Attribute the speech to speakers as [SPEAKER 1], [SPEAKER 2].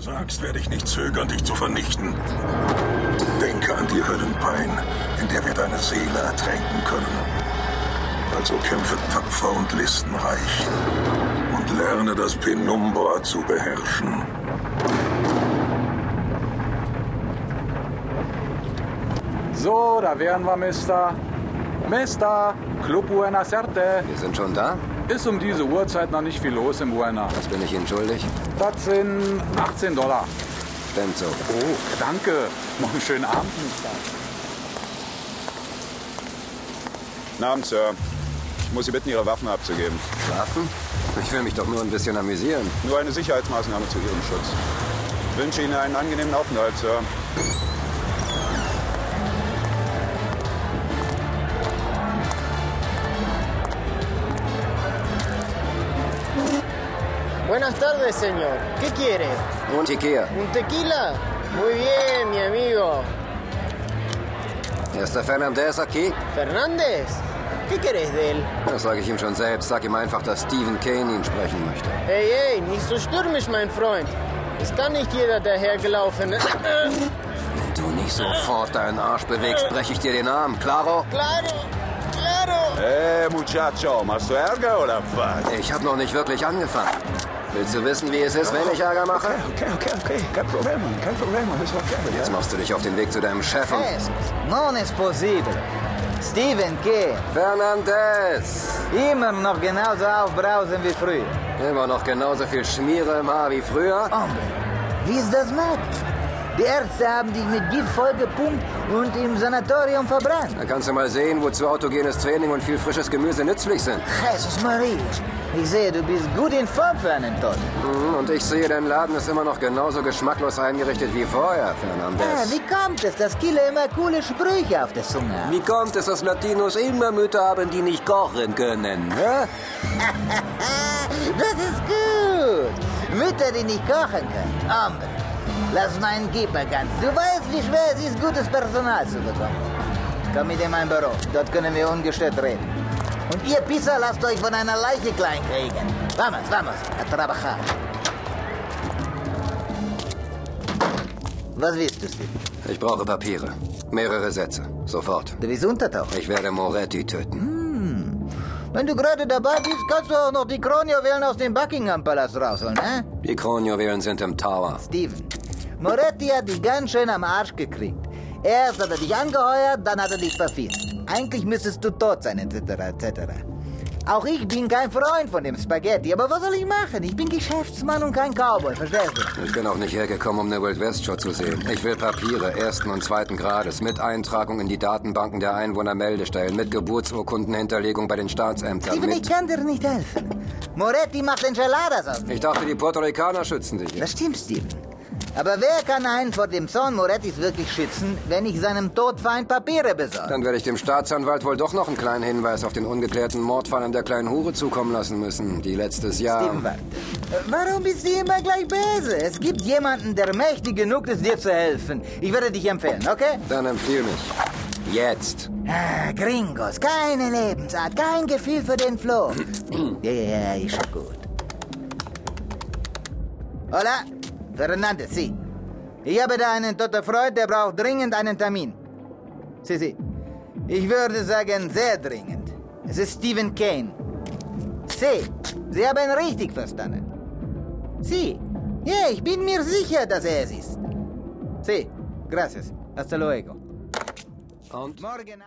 [SPEAKER 1] sagst, werde ich nicht zögern, dich zu vernichten. Denke an die Höllenpein, in der wir deine Seele ertränken können. Also kämpfe tapfer und listenreich und lerne das Penumbra zu beherrschen.
[SPEAKER 2] So, da wären wir, Mister. Mister, Club Buena Certe.
[SPEAKER 3] Wir sind schon da?
[SPEAKER 2] Ist um diese Uhrzeit noch nicht viel los im Buena.
[SPEAKER 3] Was bin ich Ihnen schuldig?
[SPEAKER 2] Das sind 18 Dollar.
[SPEAKER 3] Stimmt so.
[SPEAKER 2] Oh, danke. Noch einen schönen Abend, Mister.
[SPEAKER 4] Guten Abend, Sir. Ich muss Sie bitten, Ihre Waffen abzugeben.
[SPEAKER 3] Waffen? Ich will mich doch nur ein bisschen amüsieren.
[SPEAKER 4] Nur eine Sicherheitsmaßnahme zu Ihrem Schutz. Ich wünsche Ihnen einen angenehmen Aufenthalt, Sir.
[SPEAKER 5] Buenas tardes, señor. ¿Qué quiere?
[SPEAKER 3] Und Ikea.
[SPEAKER 5] ¿Un tequila? Muy bien, mi amigo.
[SPEAKER 3] Erster Fan am Desert Key?
[SPEAKER 5] ¿Fernández? ¿Qué querés de él?
[SPEAKER 3] Das sage ich ihm schon selbst. Sag ihm einfach, dass Stephen Kane ihn sprechen möchte.
[SPEAKER 5] Hey, hey, nicht so stürmisch, mein Freund. Es kann nicht jeder dahergelaufen. Äh,
[SPEAKER 3] Wenn du nicht sofort deinen Arsch bewegst, breche ich dir den Arm. Claro?
[SPEAKER 5] claro, claro.
[SPEAKER 4] Hey, Muchacho, machst du Ärger oder was?
[SPEAKER 3] Ich habe noch nicht wirklich angefangen. Willst du wissen, wie es ist, wenn ich Ärger mache?
[SPEAKER 4] Okay, okay, okay. Kein Problem, Mann. Kein Problem, Mann. Ist okay.
[SPEAKER 3] Jetzt machst du dich auf den Weg zu deinem Chef und...
[SPEAKER 6] Es non es possible. Stephen K.
[SPEAKER 3] Fernandez!
[SPEAKER 6] Immer noch genauso aufbrausen wie früher.
[SPEAKER 3] Immer noch genauso viel Schmiere im Haar wie früher?
[SPEAKER 6] Hombre, wie ist das möglich? Die Ärzte haben dich mit Gift vollgepumpt und im Sanatorium verbrannt.
[SPEAKER 3] Dann kannst du mal sehen, wozu autogenes Training und viel frisches Gemüse nützlich sind.
[SPEAKER 6] Jesus Maria, ich sehe, du bist gut in Form für einen Tod.
[SPEAKER 3] Mhm, Und ich sehe, dein Laden ist immer noch genauso geschmacklos eingerichtet wie vorher,
[SPEAKER 6] Ah,
[SPEAKER 3] Fernandez.
[SPEAKER 6] wie kommt es, dass Killer immer coole Sprüche auf der Zunge hat?
[SPEAKER 3] Wie kommt es, dass Latinos immer Mütter haben, die nicht kochen können? Hä?
[SPEAKER 6] Das ist gut. Mütter, die nicht kochen können. Hombre, lass meinen Keeper ganz. Du weißt, wie schwer es ist, gutes Personal zu bekommen. Komm mit in mein Büro. Dort können wir ungestört reden. Und ihr Pisser lasst euch von einer Leiche klein kriegen. Vamos, vamos, a trabajar. Was willst du, Steve?
[SPEAKER 3] Ich brauche Papiere. Mehrere Sätze. Sofort.
[SPEAKER 6] Du bist untertaucht.
[SPEAKER 3] Ich werde Moretti töten.
[SPEAKER 6] Wenn du gerade dabei bist, kannst du auch noch die Kronjuwelen aus dem Buckingham-Palast rausholen, ne?
[SPEAKER 3] Die Kronjuwelen sind im Tower.
[SPEAKER 6] Steven. Moretti hat dich ganz schön am Arsch gekriegt. Erst hat er dich angeheuert, dann hat er dich verfehlt. Eigentlich müsstest du tot sein, etc., etc. Auch ich bin kein Freund von dem Spaghetti, aber was soll ich machen? Ich bin Geschäftsmann und kein Cowboy, verstehst du?
[SPEAKER 3] Ich bin auch nicht hergekommen, um eine Wild West Show zu sehen. Ich will Papiere ersten und zweiten Grades mit Eintragung in die Datenbanken der Einwohnermeldestellen, mit Geburtsurkundenhinterlegung bei den Staatsämtern.
[SPEAKER 6] Steven, ich
[SPEAKER 3] Mit
[SPEAKER 6] kann dir nicht helfen. Moretti macht Enchiladas aus.
[SPEAKER 3] ich dachte, die Puerto Ricaner schützen dich.
[SPEAKER 6] Das stimmt, Steven. Aber wer kann einen vor dem Zorn Morettis wirklich schützen, wenn ich seinem Todfeind Papiere besorge?
[SPEAKER 3] Dann werde ich dem Staatsanwalt wohl doch noch einen kleinen Hinweis auf den ungeklärten Mordfall an der kleinen Hure zukommen lassen müssen, die letztes Jahr.
[SPEAKER 6] Steven, warte. Warum bist du immer gleich böse? Es gibt jemanden, der mächtig genug ist, dir zu helfen. Ich werde dich empfehlen, okay?
[SPEAKER 3] Dann empfiehl mich. Jetzt.
[SPEAKER 6] Ah, Gringos, keine Lebensart, kein Gefühl für den Floh. ja, ja, ja, ist schon gut. Hola, Fernandez, Sie. Ich habe da einen toten Freund, der braucht dringend einen Termin. Sie, Sie. Ich würde sagen, sehr dringend. Es ist Stephen Kane. Sie, Sie haben richtig verstanden. Sie. Ja, ich bin mir sicher, dass er es ist. Sie, gracias. Hasta luego.
[SPEAKER 3] Und?
[SPEAKER 6] Morgen Abend.